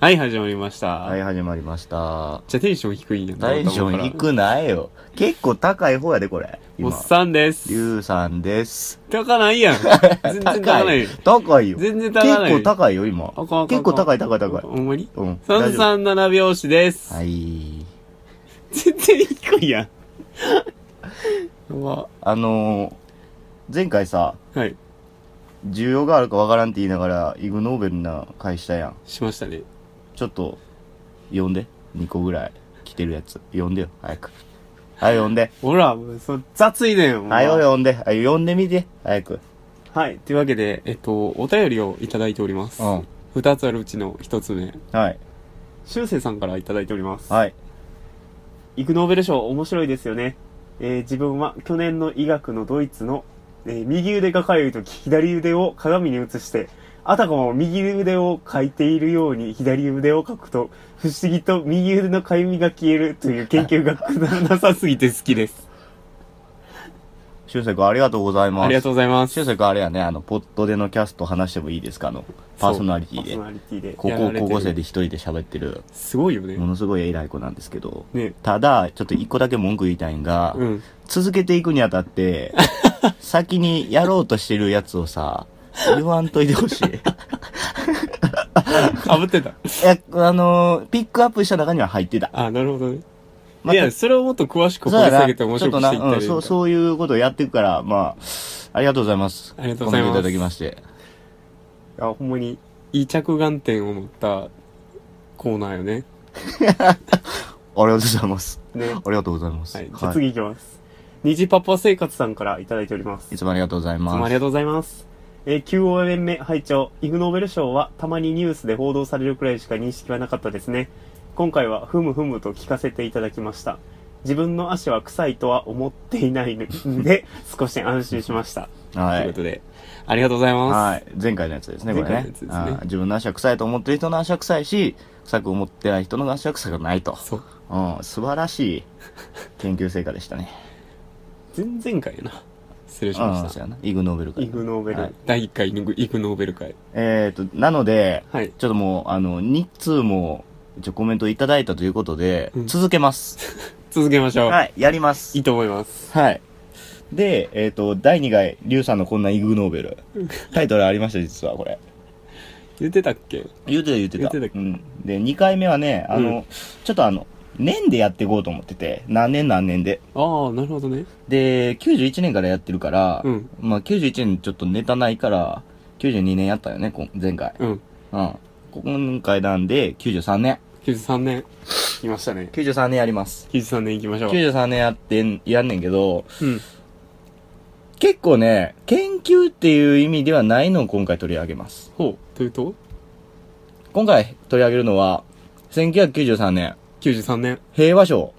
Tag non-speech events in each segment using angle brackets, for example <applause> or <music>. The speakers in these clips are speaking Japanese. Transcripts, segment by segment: はい、始まりました。はい、始まりました。じゃあテンション低いんやなテンション低ないよ。結構高い方やで、これ。お今っ。さんです。ゆうさんです。高ないやん。全然高 <laughs> 高ないい。。高いよ。全然高ない結構高いよ、今あかんあかんあかん。結構高い、高い、高い。ほんまにうん。三大丈三七拍子です。夫はい。全然低いやん。やば。あのー、前回さ、はい。需要があるかわからんって言いながら、イグノーベルな会したやん。しましたね。ちょっと、呼んで。2個ぐらい来てるやつ。呼んでよ、早く。はい、呼んで。ほら、もうそ雑いねん。ほんまはい、呼んで。はい、呼んでみて。早く。はい。というわけで、えっと、お便りをいただいております。うん。二つあるうちの一つ目。はい。しゅうせいさんからいただいております。はい。イグノーベル賞面白いですよね、えー自分は去年の医学のドイツの、えー右腕がかゆい時左腕を鏡に映してあたかも右腕をかいているように左腕をかくと不思議と右腕のかゆみが消えると <laughs> いう研究がくだらなさすぎて好きですしゅうせい <laughs> 君ありがとうございます。ありがとうございますしゅうせい君あれやね、あの、ポットでのキャスト話してもいいですかあの、パーソナリティでパー。ソナリティで高やら校、れてる高校生で一人で喋ってる、すごいよねものすごい偉い子なんですけど。ねただ、ちょっと一個だけ文句言いたいんが、うん続けていくにあた <laughs> って、先にやろうとしてるやつをさ、言わんといてほ <laughs> しい。かぶってたいや、あのーピックアップした中には入ってた。あなるほどね、まいたやそれをもっと詳しく掘そりうや下なげて面白くちしょっていとったな、らいうん、いそう、そういうことをやっていくから、まあ、ありがとうございます。ありがとうございますコメントいただきまして。あほんまにいい着眼点を持ったコーナーよねありがとうございます。ねありがとうございます。はい、じゃあ次いきます。虹パパ生活さんからいただいております。いいつもありがとうございつもまありす。がとうございます。えー、9応援目拝聴イグノーベル賞はたまにニュースで報道されるくらいしか認識はなかったですね。今回はふむふむと聞かせていただきました。自分の足は臭いとは思っていないの <laughs> で、少し安心しました。はというこい。とで、ありがとうございまはす。い。前回のやつですね、これ前回のねやつですねあー自分の足は臭いと思ってる人の足は臭いし、臭く思ってない人の足は臭くないと。そう。うん、素晴らしい研究成果でしたね。前々回やな。失礼しうん、ましそうた。やな。イグノーベルから。イグノーベル、はい第1回イグイグノーベル会。えーと、なので、はい。ちょっともう、あの、2通も、一応コメントいただいたということで、うん続け <laughs> ます。続けましょう。い。はい、やりますい。と思います。はい。で、えっ、と、第2回、リュウさんのこんなイグノーベル。タイトルありました、実は、これ。言ってたっけ言うてた言うてた。言うてたうん。で、2回目はね、あの、うんちょっとあの、年でやっていこうと思ってて、何年何年で。ああ、なるほどね。で、91年からやってるから、うんまあ91年ちょっとネタないから、92年やったよね、こん前回。うん。うん。今回なんで、93年。 93年、いましたね。 93年やります。 93年行きましょう。 93年やってん、やんねんけど、うん。結構ね、研究っていう意味ではないのを今回取り上げます。ほう。というと今回取り上げるのは、1993年、 ?93 年。平和賞。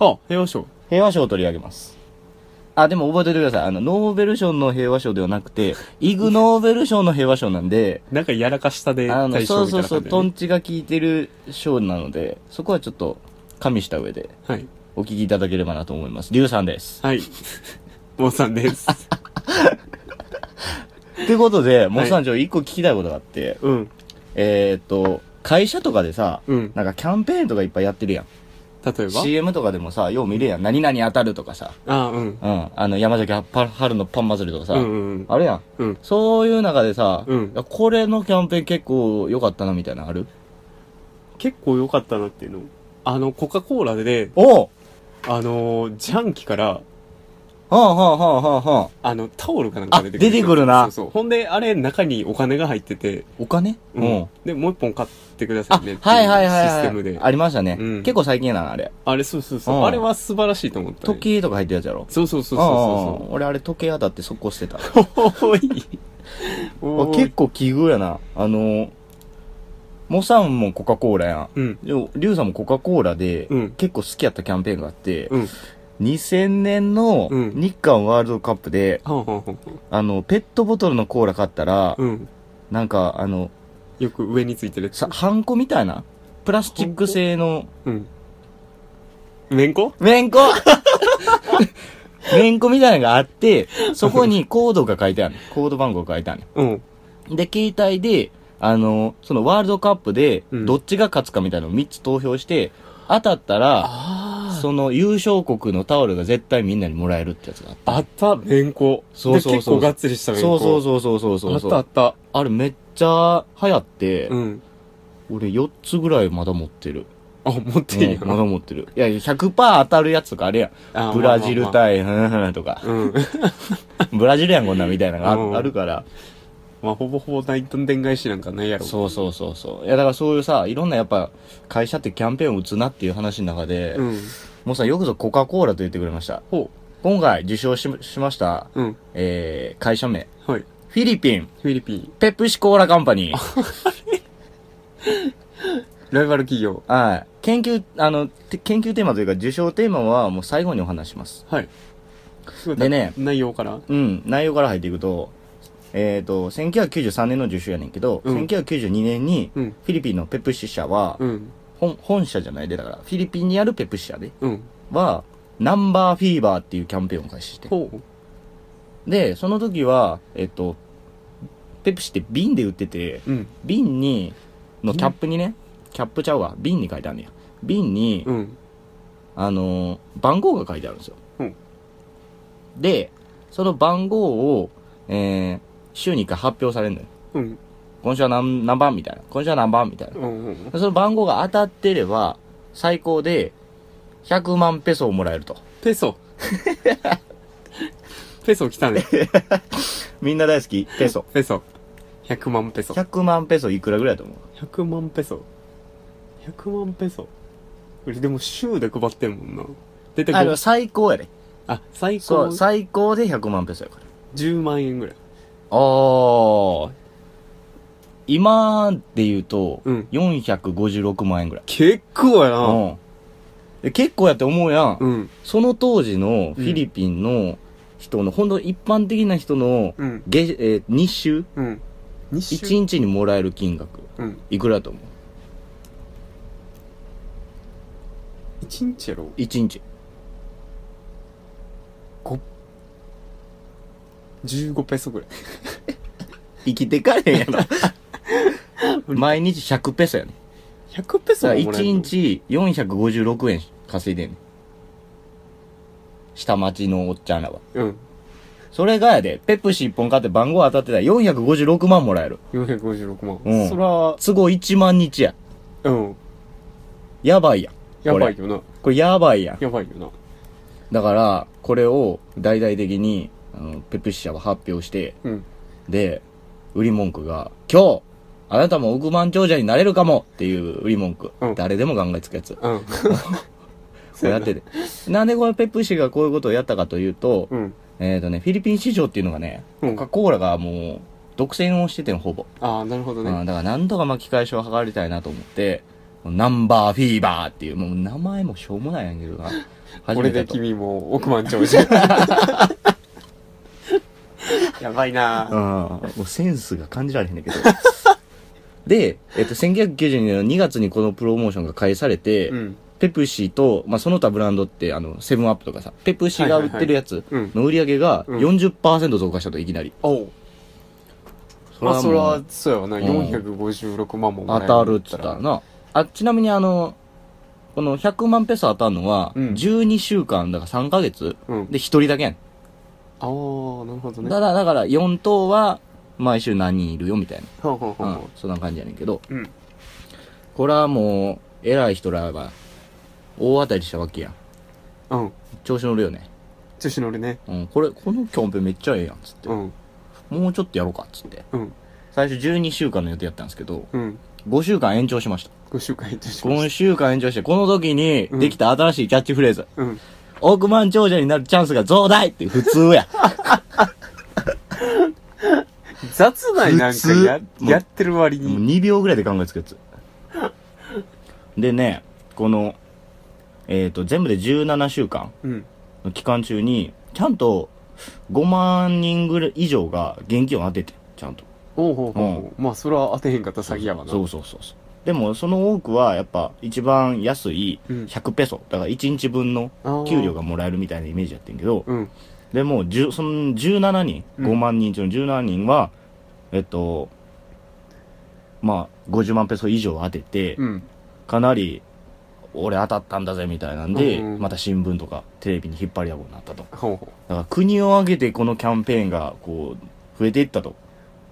あ、平和賞。平和賞を取り上げます。あ、でも覚えておいてください。あの、ノーベル賞の平和賞ではなくて、イグノーベル賞の平和賞なんで、なんかやらかしたであの、大そ賞うみたそいうなそ感じ、ね。う、トンチが効いてる賞なので、そこはちょっと、加味した上で、はい。お聞きいただければなと思います。リュウさんです。はい。 <laughs> モーさんです。ということで、もうさんちょ、一個聞きたいことがあって、 <laughs> うん。えーっと、会社とかでさ、うん。なんかキャンペーンとかいっぱいやってるやん。例えば CM とかでもさ、よう見るやん。何々当たるとかさ、ああ、うん。うん、あの、山崎春のパン祭りとかさ、うんうんあれやん。うん。うん。そういう中でさ、うんこれのキャンペーン結構良かったなみたいなのある結構良かったなっていうの。あの、コカ・コーラで、おうあのー、自販機から、はあはあはあはあはあ。あの、タオルかなんか出てくる。あ出てくるなそうそう。ほんで、あれ、中にお金が入ってて、お金うん。で、もう一本買ってくださあ、いね。はいはいはい、はい。システムで。ありましたね。うん結構最近やな、あれ。あれ、そうそうそうう。んあれは素晴らしいと思った、ね。時。計とか入ってるやつやろ。そうそうそうそううんうんそうん俺あれ時計当たって速攻してた。うそう。おい。あ <laughs> おい結構奇遇やな。あの、モさんもコカ・コーラやん。うん。でもリュウさんもコカ・コーラで、うん結構好きやったキャンペーンがあって、うん。 2000年のうん日韓ワールドカップで、はんはんはんあの、ペットボトルのコーラ買ったら、はん。うん。なんか、あの、よく上についてるやつさ、ハンコみたいなプラスチック製の、うん。めんこめんこめんこみたいなのがあって、そこにコードが書いてある。コード番号が書いてある。うん。で、携帯で、あの、そのワールドカップで、うんどっちが勝つかみたいなのを3つ投票して、当たったあら、あ。その優勝国のタオルが絶対みんなにもらえるってやつがあった。あった、面子。そうそうそうで結構がっつりした面そ子。うそうそうそうそうそうそう。あったあっあれめっちゃ流行って、た。うん。俺4つぐらいまだ持ってる。あ、持っていいうんよ。まだ持ってる。いやいや、100%当たるやつとかあれやん。あブラジル。まあ対、ふんふんとか。 <laughs> まあまあうん。ブラジルやんこんなんみたいなのがあ,、うんあるから。まあ、ほぼほぼ大胆伝返しなんかないやろ。そうそうそうそう。いや、だからそういうさ、いろんなやっぱ、会社ってキャンペーンを打つなっていう話の中で、うん。もうさ、よくぞコカ・コーラと言ってくれました。ほ今回受賞ししました、う。うん。えー、会社名。はい。フィリピン、フィリピン。ペプシコーラカンパニー。ライバル企業。はい。研究、あの、て研究テーマというか受賞テーマはもう最後にお話します。はい。すごいでね内容から。うん、内容から入っていくと、えっ、ー、と、1993年の受賞やねんけど、うん1992年に、うん。フィリピンのペプシ社は、うん。本本社じゃないで、だから、フィリピンにあるペプシ社で、うん。は、ナンバーフィーバーっていうキャンペーンを開始して。ほう。で、その時は、えっと、ペプシって瓶で売ってて、うん。瓶に、のキャップにね、キャップちゃうわ、瓶に書いてあるんだよ。瓶に、うん。あのー番号が書いてあるんですよ。うんで、その番号を、えー、週に1回発表されるのよ。うん。今週は何何番みたいな。今週は何番みたいな。うん。うん。その番号が当たってれば、最高で、100万ペソをもらえると。ペソ。 <laughs> ペソ来たね。みんな大好き、ペソ。ペソ。100万ペソ。 100万ペソいくらぐらいだと思う100万ペソ。100万ペソ。これでも週で配ってんもんな。出てあ、でもこ最高やで。あ、最そ高う、最高で100万ペソやから。 10万円ぐらい。あー。今で言うと、うん456万円ぐらい。結構やな。うん。で結構やって思うやん。うん。その当時のフィリピンの人の、ほんと一般的な人の、うん。月えー日収うん。日週 ?1 日にもらえる金額。うん。いくらだと思う1日やろ ?1 日。 ?15 ペソぐらい。生きてかれへんやろ。 <laughs> 毎日100ペソやね。 100ペソだかもらもらえる1の。日456円稼いでんねん下町のおっちゃんらは。うん。それがやで、ペプシ1本買って番号当たってたら456万もらえる。 456万。うんそら、都合1万日や。うん。やばいやん。やばいよな。これやばいやん。やばいよな。だから、これを大々的に、あの、ペプシ社は発表して、うん。で、売り文句が、今日あなたも億万長者になれるかもっていう売り文句。うん誰でも考えつくやつ。うん。こうやってて。なんでこのペプシがこういうことをやったかというと、うん。えっ、とね、フィリピン市場っていうのがね、うコんカ・コーラがもう、独占をしててんほぼ。ああ、なるほどうん、ね。だからなんとか巻き返しを図りたいなと思って、ナンバーフィーバーっていう、もう名前もしょうもないやんけどな。これたでと君も億万長者。 <laughs> やばいなああ、もうセンスが感じられへんねんけど。 <laughs> で、えっと、1992年の2月にこのプロモーションが開始されて、うん。ペプシと、まあ、その他ブランドって、あの、セブンアップとかさ、ペプシが売ってるやつうん。の売り上げがうん40%増加したと、いきなり。おう。まあ、そもれうは、そうやわな。うん456万ももらえる当たるっつったらな。あ、ちなみにあの、この100万ペソ当たるのは、うん12週間、だから3ヶ月うん。で1人だけやん。ああ、なるほどね。だから、だから4等は、毎週何人いるよ、みたいな。ほうほうほううほん、そんな感じやねんけど、うんこれはもう偉い人らが大当たりしたわけやんう。うん。調子乗るよね、調子乗るね。うん、これこのキャンペーンめっちゃええやんっつって、うん。もうちょっとやろうかっつってうん。最初12週間の予定やったんですけどうん。 5週間延長しましたご紹介いたしま5す。週間延長してこの時にできた新しいキャッチフレーズ、うん。億万長者になるチャンスが増大って普通や雑内なんかや普通やってる割もうに。 2秒ぐらいで考えつくやつでねこのえっ、と全部で17週間うん。の期間中に、ちゃんと5万人ぐらい以上が現金を当てて、ちゃんと。ほうほうほうほう。まあ、それは当てへんかったら詐欺やわな。そうそうそうそう。でも、その多くは、やっぱ、一番安いうん100ペソ。だから1日分のあー給料がもらえるみたいなイメージやってんけど、うん。でも、じゅその17人、うん5万人中の17人は、えっと、まあ、50万ペソ以上当てて、うん。かなり、俺当たったんだぜみたいなんで、うんまた新聞とかテレビに引っ張りだこになったと。だほうほから国を挙げてこのキャンペーンが、こう、増えていったと。う。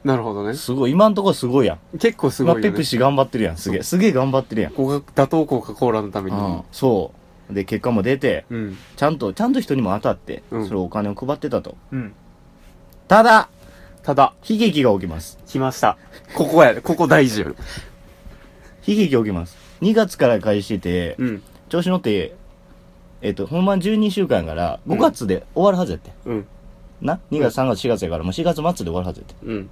なるほどね。すごい、今んところすごいやん。結構すまあごいペよプね。シ頑張ってるやん。すげえ、すげえ頑張ってるやん。コカ打倒コカ・コーラのために。うん、そう。で、結果も出て、うん。ちゃんと、ちゃんと人にも当たって、うんそれお金を配ってたと。うん。ただ、ただ、悲劇が起きます。来ました。ここや、ここ大事よ。悲劇が起きます。2月から開始して、うん。調子乗って、えっ、と、ほんま12週間やから、5月で終わるはずやって。うん。な ?2 月、3月、4月やから、もう4月末で終わるはずやって。うん。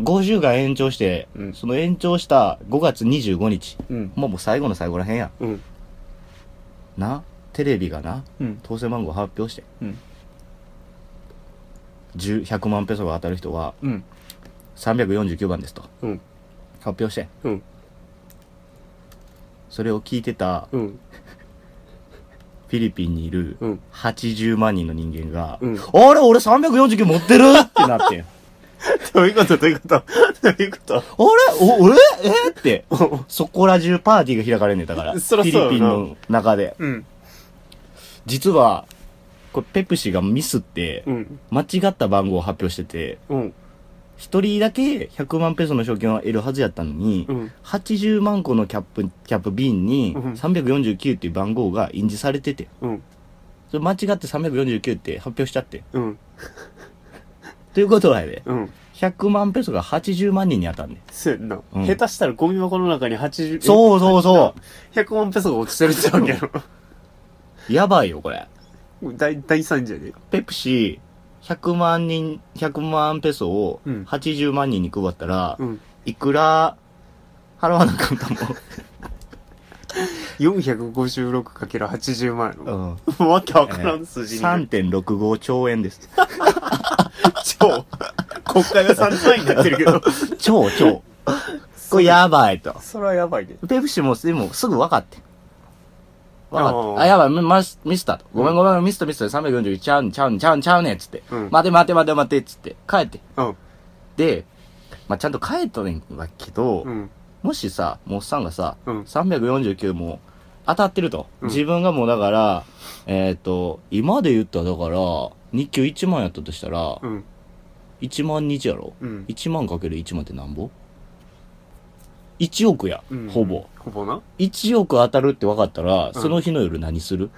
50が延長して、うんその延長した5月25日。うん。ほんまもう最後の最後らへんや。うん。なテレビがな、うん。当選番号発表して、うん。 10 100万ペソが当たる人は、うん。 349番ですと。うん。発表して。うん。それを聞いてた、うん。フィリピンにいる、うん。 80万人の人間が、うんあれ俺349持ってるってなってん。どういうことどういうことどういうことあれお、 <laughs> ええって。うそこら中パーティーが開かれんねんだから。そらそうやフなィリピンの中で。ん。実は、これペプシがミスって、うん。間違った番号を発表してて、うん。一人だけ100万ペソの賞金は得るはずやったのに、うん。 80万個のキャップ、キャップ瓶にうん349っていう番号が印字されてて、うん。それ間違って349って発表しちゃって。うん。ということはやで、うん。 100万ペソが80万人に当たんねん。そうやんな。うん下手したらゴミ箱の中に80、。そうそうそう100万ペソが落ちてるっちゃうけう。やばいよ、これ。ど。 <laughs> 大、大惨事やで。ペプシー、100万人、100万ペソをうん80万人に配ったら、うん。いくら払わなあかんかも。 456×80 万やろ。 <laughs> うん。わけわからん数字になる。 3.65兆円です。超。国会が3単位になってるけど。超超。 <laughs> これやばいと。それはやばいで。ペプシも、でも、すぐ分かってん。分かっおて。ーあ、やばい、ミミスミスったと。ごめんごめん、ミスったミスった。341ちゃうんちゃうんちゃうんちゃうねんっつって。うん待て待て待て待てっつって。帰って。うん。で、まあ、ちゃんと帰ったねんだけど、うん。もしさ、もうおっさんがさ、うん349も当たってると。うん自分がもうだから、えっ、と、今で言ったらだから、日給1万やったとしたら、うん。 1万日やろ、うん。 ?1 万かける1万ってなんぼ ?1 億や、うんほぼ。ほぼな。 1億当たるって分かったら、うんその日の夜何する、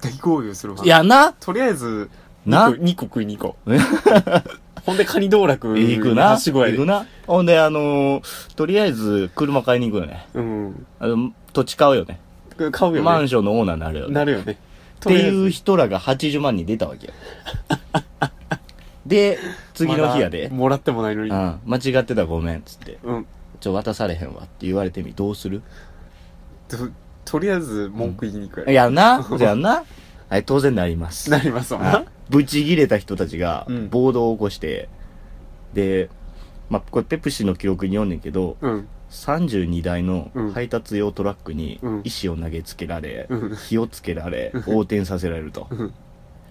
大合流するわ。い、やなとりあえず、な2個食いに行こ <laughs> う。ほんで、カニ道楽行くなはしごや行でく。なほんで、あのーとりあえず車買いに行くよね。うん。あの、土地買うよね。買うよね。マンションのオーナーになるよね。なるよね。っていう人らが80万人出たわけよ。で、次の日やで、まだもらってもないのうん、に。間違ってたごめんっつって、うん。ちょ、渡されへんわって言われてみ、どうすると、とりあえず文句言いに行くやいろやな、じゃあな、はい、当然なります。なりますもんなはい。ぶち切れた人たちがうん暴動を起こして、で、まあ、これペプシの記録に読んねんけど、うん。 32台のうん配達用トラックにうん石を投げつけられ、うん火をつけられ、横転させられると。うん。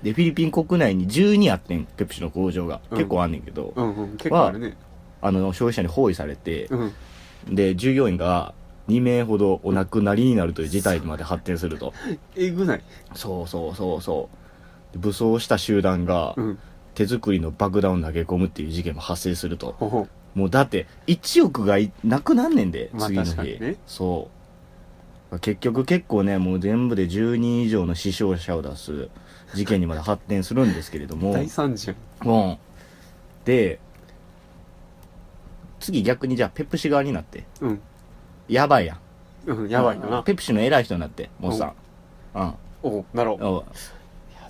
で、フィリピン国内に12あってん、ペプシの工場が。うん結構あんねんけど、うんうん。結構あるね。あの、消費者に包囲されて、うん。で、従業員が2名ほどお亡くなりになるという事態にまで発展すると。えぐない。そうそうそうそう。で武装した集団がうん。手作りの爆弾を投げ込むっていう事件も発生すると。ほほ。もうだって、1億がいなくなんねんで、まあ次の確か日に。ねそう。結局結構ね、もう全部で10人以上の死傷者を出す事件にまで発展するんですけれど <laughs> も。大惨事やん。うん。で、次逆にじゃあペプシ側になって。うん。やばいやん。うん。やばいよな。ペプシの偉い人になって、もうさ。うん。おうなろう。お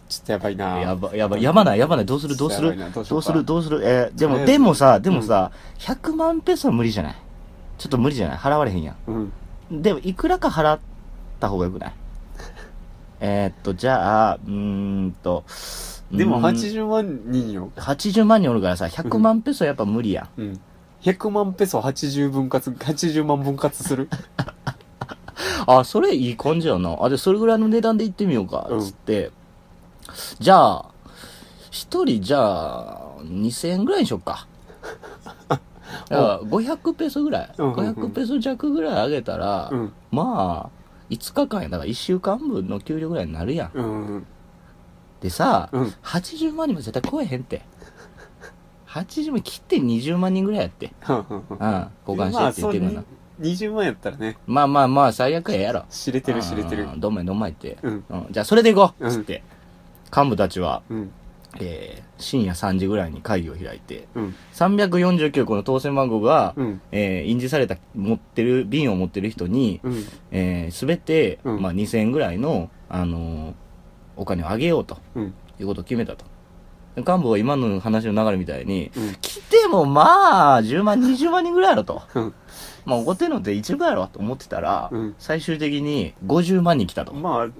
ちょっとやばいなやば、やば、やばない、やばない、どうする、どうすやばるいな、どうしよどううすかる、どうする、えーとりであも、えずでもさ、でもさ、100万ペソは無理じゃないちょっと無理じゃない払われへんやうん。ん。でも、いくらか払った方がよくないえーっと、じゃあ、うーんと。うーんでも、80万人よ。 80万人おるからさ、100万ペソやっぱ無理やん。うん。100万ペソ80分割、80万分割するあ、それいい感じやな。あ、で、それぐらいの値段で行ってみようかう、んつって。じゃあ、一人じゃあ、2000円ぐらいにしよっか。だから500ペソぐらい、うんうんうん500ペソ弱ぐらい上げたら、うんまあ5日間やだから1週間分の給料ぐらいになるやんうんでさ、うん80万人も絶対超えへんって80万切って20万人ぐらいやってはんはんはうん交換してって言ってるようなまあそうに20万やったらねまあまあまあ最悪ええやろ知れてる知れてるうんどんまいどんまいって、うんじゃあそれで行こううっんつって、幹部たちは、うんえー深夜3時ぐらいに会議を開いてうん349個の当選番号が、うんえー印字された持ってる瓶を持ってる人に、うんえー、全て、うんまあ、2000円ぐらいの、あのーお金をあげようとうんいうことを決めたと。で幹部は今の話の流れみたいに、うん来てもまあ、10万、20万人ぐらいやろと。うんまあ、怒ってんのって一部やろと思ってたら、うん最終的に50万人来たと。まあ <laughs>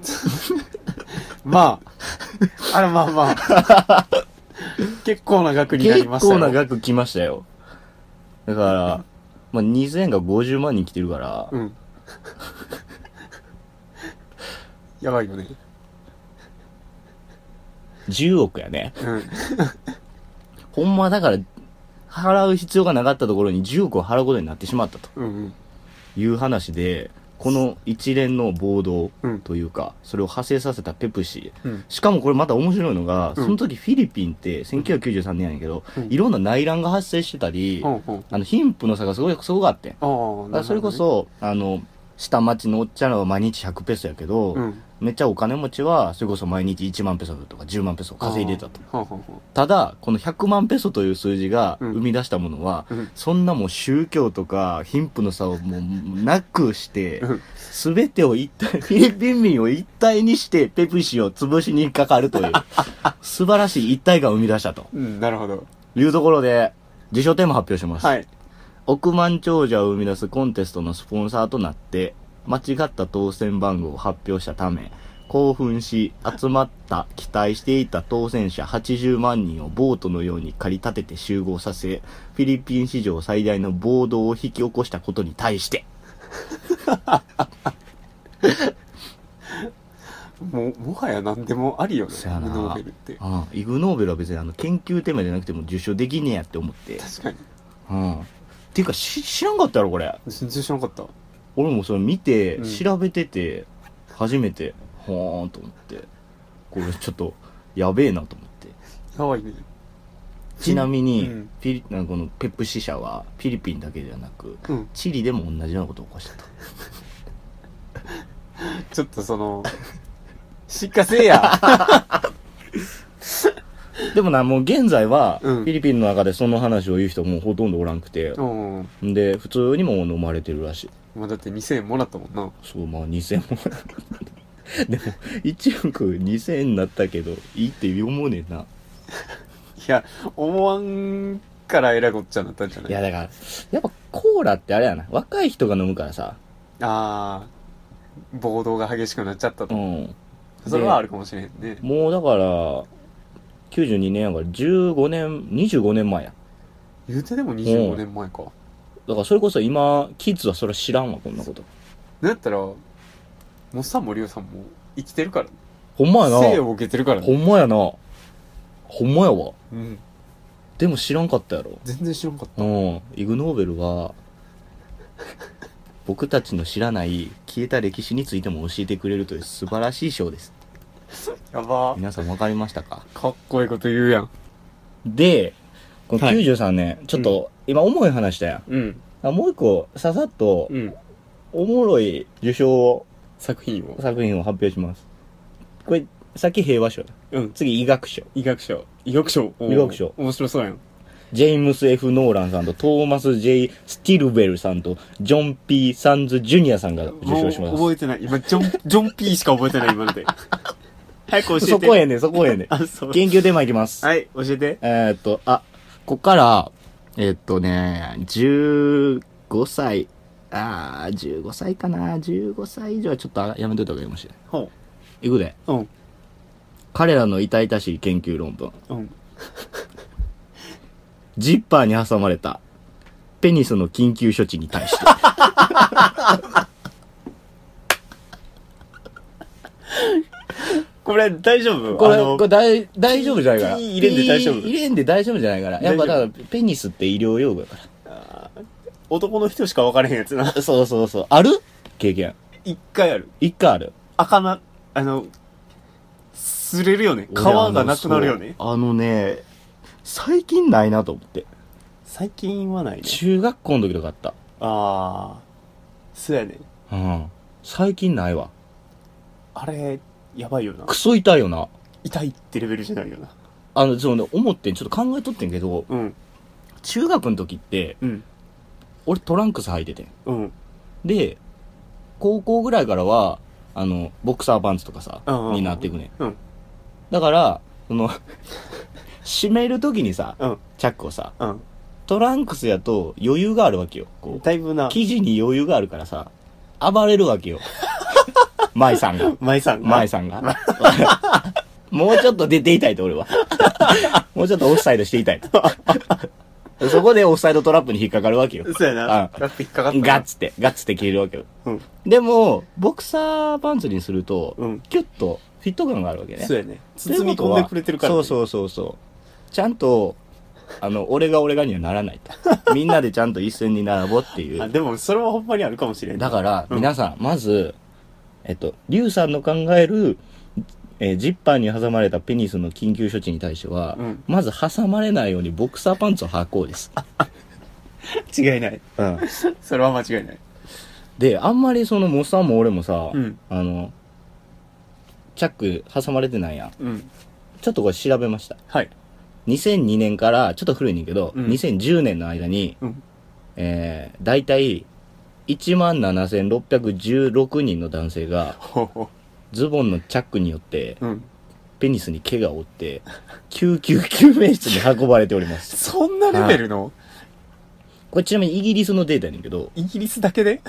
まああらまあまあ結構な額にな結りました構よな額来ましたよ。だから、まあ、2000が50万人来てるから、うん。やばいよね。 10億やね。うん。ほんまだから、払う必要がなかったところに10億を払うことになってしまったとうんいう話で、この一連の暴動うんというか、それを派生させたペプシ。うん。しかもこれまた面白いのが、うんその時フィリピンって1993年やねんけど、うんいろんな内乱が発生してたり、ほうほう。あの、貧富の差がすごい、すごかってん。ああ、なるほどだからねそれこ、そ、あの、下町のおっちゃんらは毎日100ペソやけど、うん。めっちゃお金持ちは、それこそ毎日1万ペソとか10万ペソ稼いでたと。ほうほうほただ、この100万ペソという数字がうん生み出したものは、う。うん。そんなもう宗教とか貧富の差をもうなくしてうん、すべてを一体、フィリピン民を一体にしてペプシを潰しにかかると <laughs> いう、素晴らしい一体感を生み出したとうん、なるほど。いうところで、受賞テーマ発表します。はい。億万長者を生み出すコンテストのスポンサーとなって、間違った当選番号を発表したため、興奮し、集まった、期待していた当選者80万人をボートのように駆り立てて集合させ、フィリピン史上最大の暴動を引き起こしたことに対して、もう、もはや何でもありよね。そやなノーベルって。ああイグノーベルは別にあの研究テーマじゃなくても受賞できねえやって思って。確かに。うん。っていうかし知らんかったやろ、これ。全然知らなかった。俺もそれ見て、うん調べてて初めてほーんと思ってこれちょっとやべえなと思ってやばいね。ちなみに、うんフィリなんかこのペップ支社はフィリピンだけではなくうん。チリでも同じようなことを起こしたとちょっとその、しっかせえ <laughs> やでもなもう現在は、うんフィリピンの中でその話を言う人もうほとんどおらんくてう、ん。ん、で普通にもう飲まれてるらしいまあだって2000円もらったもんな。そうまあ2000もでも1億2000円になったけどいいって思うねんないや、思わんからえらいこっちゃなったんじゃないいやだから、やっぱコーラってあれやな。若い人が飲むからさ。ああ、暴動が激しくなっちゃったうと。ん。それはあるかもしれんね。もうだから、92年やから15年、25年前や。言うてでも25年前か。だからそれこそ今、キッズはそれ知らんわ、こんなこと。なんやったら、モッサンもリオさんも生きてるから、ね。ほんまや生な。を受けてるからほね。んまやな。ほんまやわ。うん。でも知らんかったやろ。全然知らんかった。うん。イグノーベルは、僕たちの知らない消えた歴史についても教えてくれるという素晴らしい賞です。やばー皆さんわかりましたかかっこいいこと言うやん。で、このはい93年、ちょっと、今重い話だよ。うん。あもう一個、ささっと、うん。おもろい受賞を作品を。作品を発表します。これ、さっき平和賞だ。うん。次、医学賞。医学賞。医学賞。おー医学賞面白そうやん。ジェームス・ F ・ノーランさんと、トーマス・ J ・スティルベルさんと、ジョン・ P ・サンズ・ジュニアさんが受も賞うしま覚えてない。今、ジョン、ジョン P しか覚えてない、今の <laughs> で。早く教えす。て。そこやねん、そこ <laughs> やねん。あ、そう。研究テーマいきます。はい、教えて。えーっと、あ、こっから、えーっとね、15歳、あー、15歳かな、15歳以上はちょっとあやめといた方がいいかもしれない。ほいくで。う。うん。彼らの痛々しい研究論文。うん。ジッパーに挟まれた、ペニスの緊急処置に対して。これ、大丈夫 <laughs> これ、あのこれ大、大丈夫じゃないから。ピー入れんで大丈夫ピー入れんで大丈夫じゃないから。やっぱだから、ペニスって医療用語だから。男の人しか分からへんやつな。そうそうそう。ある経験。一回ある。一回ある。赤な、あの、すれるよね。皮がなくなるよね。俺あのそうあのね、最近ないなと思って。最近はないね。中学校の時とかあった。ああ、そうやね。うん。最近ないわ。あれ、やばいよな。クソ痛いよな。痛いってレベルじゃないよな。あの、そうね、思ってん、ちょっと考えとってんけど、うん、中学の時って、うん、俺トランクス履いててん。うん、で、高校ぐらいからは、あの、ボクサーパンツとかさ、うんになっていくねん。うん、だから、その、締める時にさ、うん、チャックをさ、うん。トランクスやと余裕があるわけよ。こう、だいぶな、生地に余裕があるからさ、暴れる <laughs> わけよ。舞さんが。舞さんが。舞さんが。 <laughs> もうちょっと出ていたいと、俺 <laughs> は。もうちょっとオフサイドしていた <laughs> いと。そこでオフサイドトラップに引っかかるわけよ。そうやな。あラップ引っかかったな。ガッツって、ガッツって切れるわけよ。うん、でも、ボクサーパンツにすると、うん。キュッとフィット感があるわけね。そうやね。という包こみと込んはでくれてるからね。そうそうそうそう。ちゃんと、あの、俺が俺がにはならないと。みんなでちゃんと一線に並ぼうっていあ、う。でも、それはほんまにあるかもしれんなだい。から、うん皆さん、まず、えっと、リュウさんの考える、えージッパーに挟まれたペニスの緊急処置に対しては、うんまず挟まれないようにボクサーパンツを履こうです。違いない。うんそれは間違いない。で、あんまりその、モッサンも俺もさ、うんあの、チャック挟まれてないやん。うん。ちょっとこれ調べました。はい。 2002年から、ちょっと古いねんけど、うん2010年の間に、うん。えー、大体、17,616人の男性が、ほうほズボンのチャックによって、う。うん。ペニスに怪我を負って、救急救命室に運ばれております。そんなレベルのこれちなみにイギリスのデータやねんけど、イギリスだけで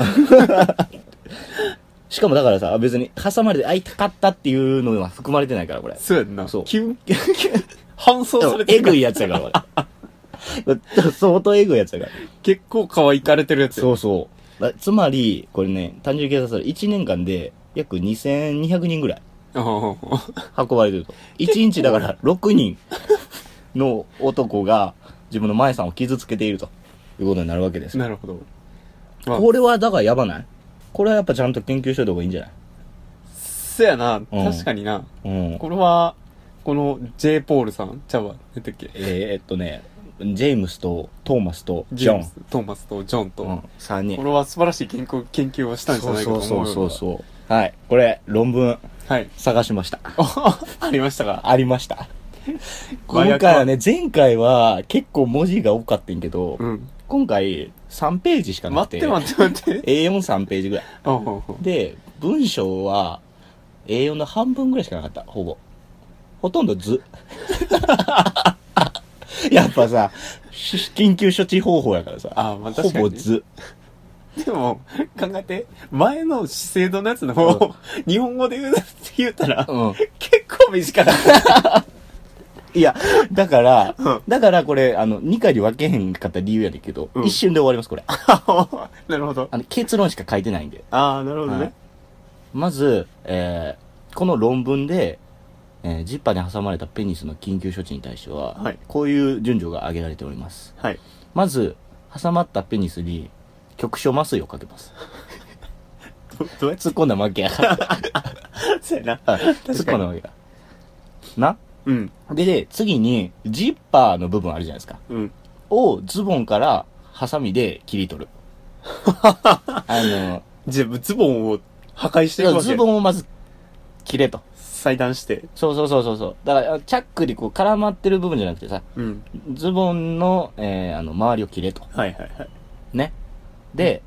しかもだからさ、別に挟まれて、あ、痛かったっていうのは含まれてないから、これ。そうやんな。そうキュン、キュンキュン搬送されてえるかぐらいやつやから、これ。 <laughs> 相当えぐいやつやから。結構可愛いかれてるやつや。そうそう。だつまり、これね、単純計算すると1年間で約2200人ぐらいうんうんうん運ばれてると。1日だから6人の男が自分の前さんを傷つけているということになるわけです。なるほど。まあこれはだからやばないこれはやっぱちゃんと研究しといた方がいいんじゃないそやな、確かにな。うん。これは、この J. ポールさん、ちゃうわ、なんだっけ。えー、っとね、ジェームスとトーマスとジジェョーンム。ストーマスとジョンと、うん、3こ人。れは素晴らしい研究研究をしたんじゃそうないかそとう思うそうそううそう。はい。これ、論文はい <laughs> 探しました。おありましたかありま <laughs> した。麻薬今回はね、前回は結構文字が多かったんけど、うん今回3ページしかな待くて。って待って待って A43 ページぐらい。おうおうおうで、文章は A4 の半分ぐらいしかなかった、ほぼ。ほとん <laughs> ど図。やっぱさ、し緊急処置方法やからさ、あーまあほ確かにぼね図。でも考えて前の資生堂のやつの方を、日本語で言うって言うたら、うん。結構短かったいや、だからうん、だからこれ、あの、2回に分けへんかった理由やねんけど、うん一瞬で終わります、これ。 <laughs> なるほどあの、結論しか書いてないんで。ああなるほどね、はいまず、えーこの論文で、えージッパーに挟まれたペニスの緊急処置に対しては、はいこういう順序が挙げられております。はいまず、挟まったペニスに局所麻酔をかけます。どどうやって突っ込んだ負けやから。そうやな突っに込んだ負けや。なうんで、で、次に、ジッパーの部分あるじゃないですか。うんをズボンからハサミで切り取る。あの、じゃあズボンを破壊していくわけズボンをまず切れと。裁断してそうそうそうそうそう。だから、チャックにこう絡まってる部分じゃなくてさ、うんズボンの、えーあの、周りを切れと。はいはいはいね。で、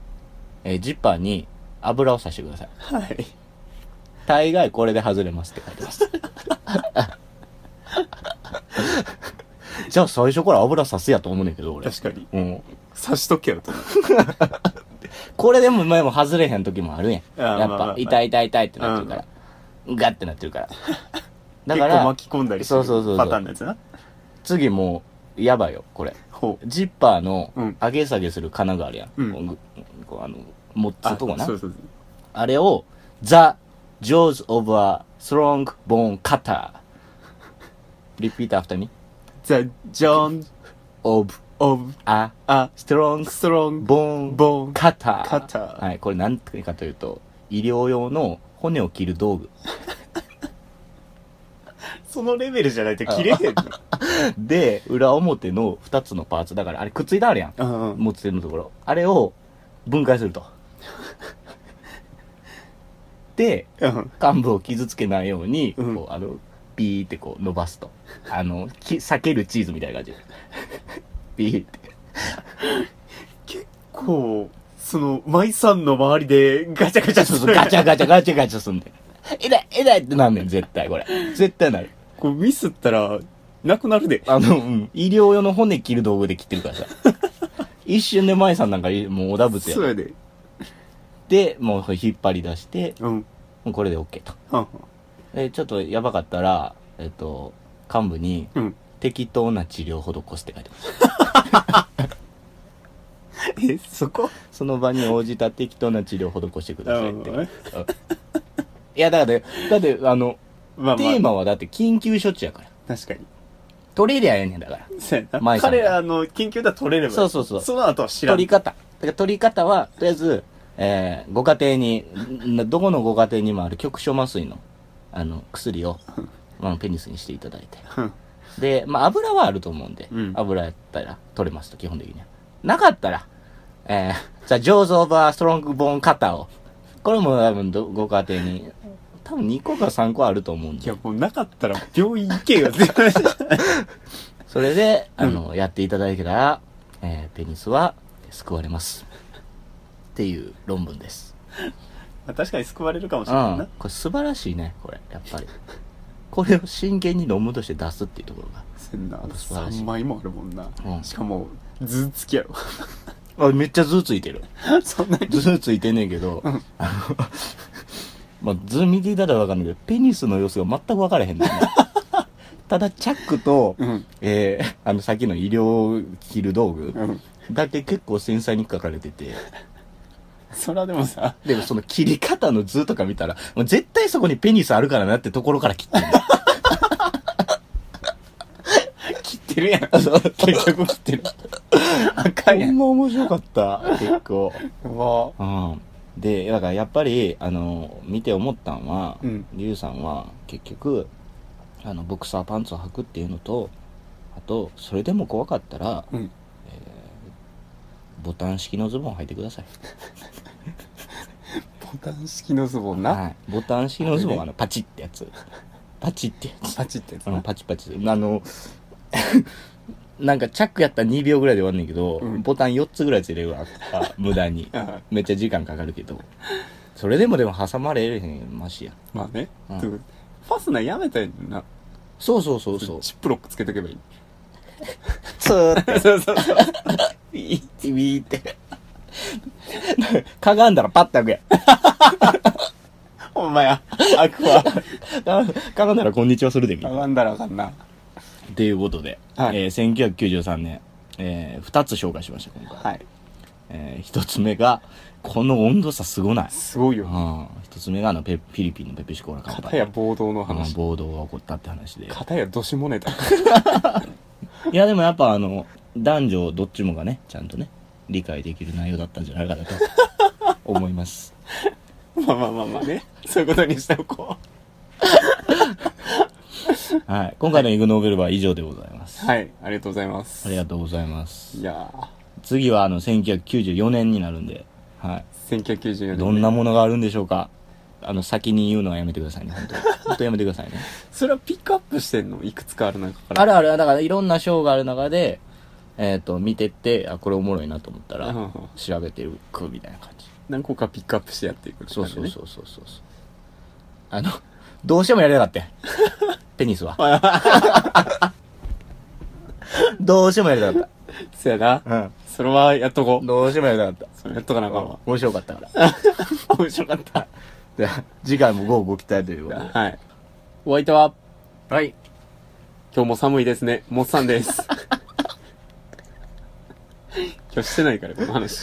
えージッパーに油をさしてください。はい大概これで外れますって書いてます。じゃあ最初から油さすやと思うねんけど、俺。確かにうん。刺しとけよとこれでも前も外れへん時もあるやん。あーやっまあまあまぱあ、痛い痛い痛いってなってるから。ガッてなって <laughs> るから。だか結構ら、巻き込んだりすそうるそうそうそうパターンのやつな次もう、やばいよ、これ。ほうジッパーのうん上げ下げする金があるやん。うんこぐこうあの、持つとこなそう。そうあれを、The Jaws of a Strong Bone Cutter。Repeat after me. そうじゃあジョン Of オブ、あ、あ、ストロングストロング、ボーン、ボーン、カター。カターはい、これ何てかというと、医療用の骨を切る道具。そのレベルじゃないと切れへん <laughs> で、裏表の2つのパーツ。だから、あれくっついてあるやん。の。うん。持つ手のところ。あれを分解 <laughs> すると。で、うん。幹部を傷つけないように、うんこう、あの、ピーってこう伸ばすと。あの、き裂けるチーズみたいな <laughs> 感じ。ピーって。結構、その、舞さんの周りでガチャガチャそうすそう、る。ガチャガチャガチャガチャすんで。痛い、痛いってなんねん、絶対これ。絶対なる。こうミスったら、なくなるで。あの、うん。医療用の骨切る道具で切ってるから <laughs> さ。一瞬で舞さんなんかもうおだぶつやそうやで。で、もう引っ張り出して、うん。もうこれで OK と。うん。で、ちょっとやばかったら、えっと、幹部に、 <laughs> うん。適当な治療施すって書いてます。え、そこその場に応じた適当な治療を施してくださいって。ううんんいや、だから、だって、あの、まあテまーあ、マはだって緊急処置やから。確かに。取れりゃええねんだから。そうやな。舞さん彼らの研究では取れればいいそうそうそうその後は知ら取りん。方。だから取り方は、とりあえず、えー、ご家庭に、んどこのご家庭にもある局所麻酔の、あの、<laughs> 薬を、まあ、ペニスにしていただいて。うん。で、まあ、油はあると思うんで、うん油やったら取れますと、基本的には。なかったら、えー、じゃあ、ジョーズ・オブ・ア・ストロング・ボーン・カタを。これも多分ど、ご家庭に、多分2個か3個あると思うんいでや、、もうなかったら病院行け <laughs> よ、絶対。それで、あの、やっていただけたら、えー、ペニスは救われます。っていう論文です。まあ確かに救われるかもしうれないんな。。これ素晴らしいね、これ、やっぱり。これを真剣に論文として出すっていうところが。せんな。素晴らしい3枚もあるもんな。うんしかも、図付きやろ。あ、めっちゃ図ついてる。 <laughs> そんなに。図ついてんねんけど、あの、 <laughs> まあ、図見ていただいたらわかんないけど、ペニスの様子が全く分からへ <laughs> んねんなただ、チャックと、うん。えー、あの、さっきの医療切る道具うん。だけ結構繊細に書かれてて、そらでもさ、でもその切り方の図とか見たら、もう絶対そこにペニスあるからなってところから切ってんねん <laughs> 切って <laughs> るやん。結局切ってる。赤いやほんん。ま面白かった、 <laughs> 結構。わうん。で、だからやっぱり、あの、見て思ったんは、うんリュウさんは結局、あの、ボクサーパンツを履くっていうのと、あと、それでも怖かったら、うん。ボタン式のズボンを履いてください。ボタン式のズボンな。はい。ボタン式のズボンは、ああの、パチってや <laughs> つ。パチってやつ。パチってやつあの、な。パチパチ。あの、 <laughs> なんかチャックやったら2秒ぐらいで終わんねんけど、うんボタン4つぐらいつ入れるわ。あ無 <laughs> 駄に。あめっちゃ時間かかるけど。それでもでも挟まれへん、マシや。まあね。うんでもファスナーやめたいんな。そうそうそうそう。チップロックつけとけばいい。 <laughs> ツーって、そうそうそう。ビービーって。かがんだらパッて開くやほんまや。開く <laughs> わ。ん。かがんだらこんにちはするでみんな。かんだらあかんな。っていうことで、はいえー1993年、えー、2つ紹介しました、今回。はい。えー、1つ目が、この温度差すごない。すごいうよ。ん。一つ目があのペ、フィリピンのペペシコーラカンパ片やニ暴動のー。うん話。暴動が起こったって話で。片やどしもネタ。いや、でもやっぱあの、男女どっちもがね、ちゃんとね、理解できる内容だったんじゃないかなと思います。 <laughs> まあまあまあまあね。そういうことにしておこう。はい。今回のイグノーベルは以上でございます。はい。ありがとうございます。ありがとうございますい。やー。次はあの1994年になるんで、は1994い。年。どんなものがあるんでしょうか。あの、先に言うのはやめてくださいね、本当に。本当やめてくださいね。それはピックアップしてんのいくつかある中から。 <laughs> あるある、だからいろんな賞がある中で、えっ、と、見てって、あ、これおもろいなと思ったうんうらん、調べていくみたいな感じ。何個かピックアップしてやっていくってそ感うじね。そうそうそうそうそう。あの、どうしてもやりたかった <laughs> よペニスは。 <laughs> どうしてもやりたかっそうやな。た。それはやっとこうん。う。どうしてもやりたかっそれやっとかなあた。かんわ。面白かったから。 <laughs> 面白かった。では次回もごご期待ということで。はい。お相手は、はい。今日も寒いですね。もっさん <laughs> です。今日してないから、この話。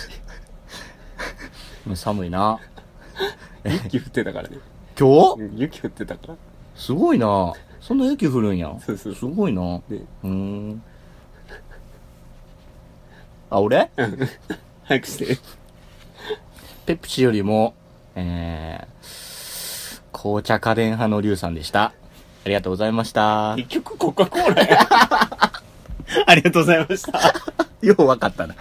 寒いな。雪降ってたからね。今う日ん雪降ってたから。すごいな。そんな雪降るんや。そうそうすごいな。うねーん。あ、俺早くして。ペプシよりも、えー、紅茶家電派のリュウさんでした。ありがとうございました。結局コカ・コーラや。 <laughs> ありがとうございました。 <laughs> ようわかったな。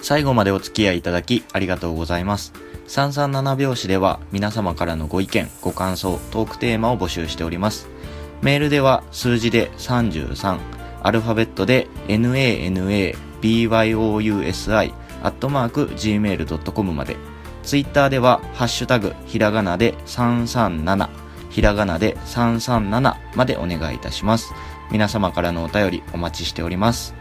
最後までお付き合いいただきありがとうございます。337拍子では皆様からのご意見、ご感想、トークテーマを募集しております。メールでは数字で33、アルファベットで nanabyousi、アットマーク gmail.com まで。ツイッターではハッシュタグ、ひらがなで337、ひらがなで337までお願いいたします。皆様からのお便りお待ちしております。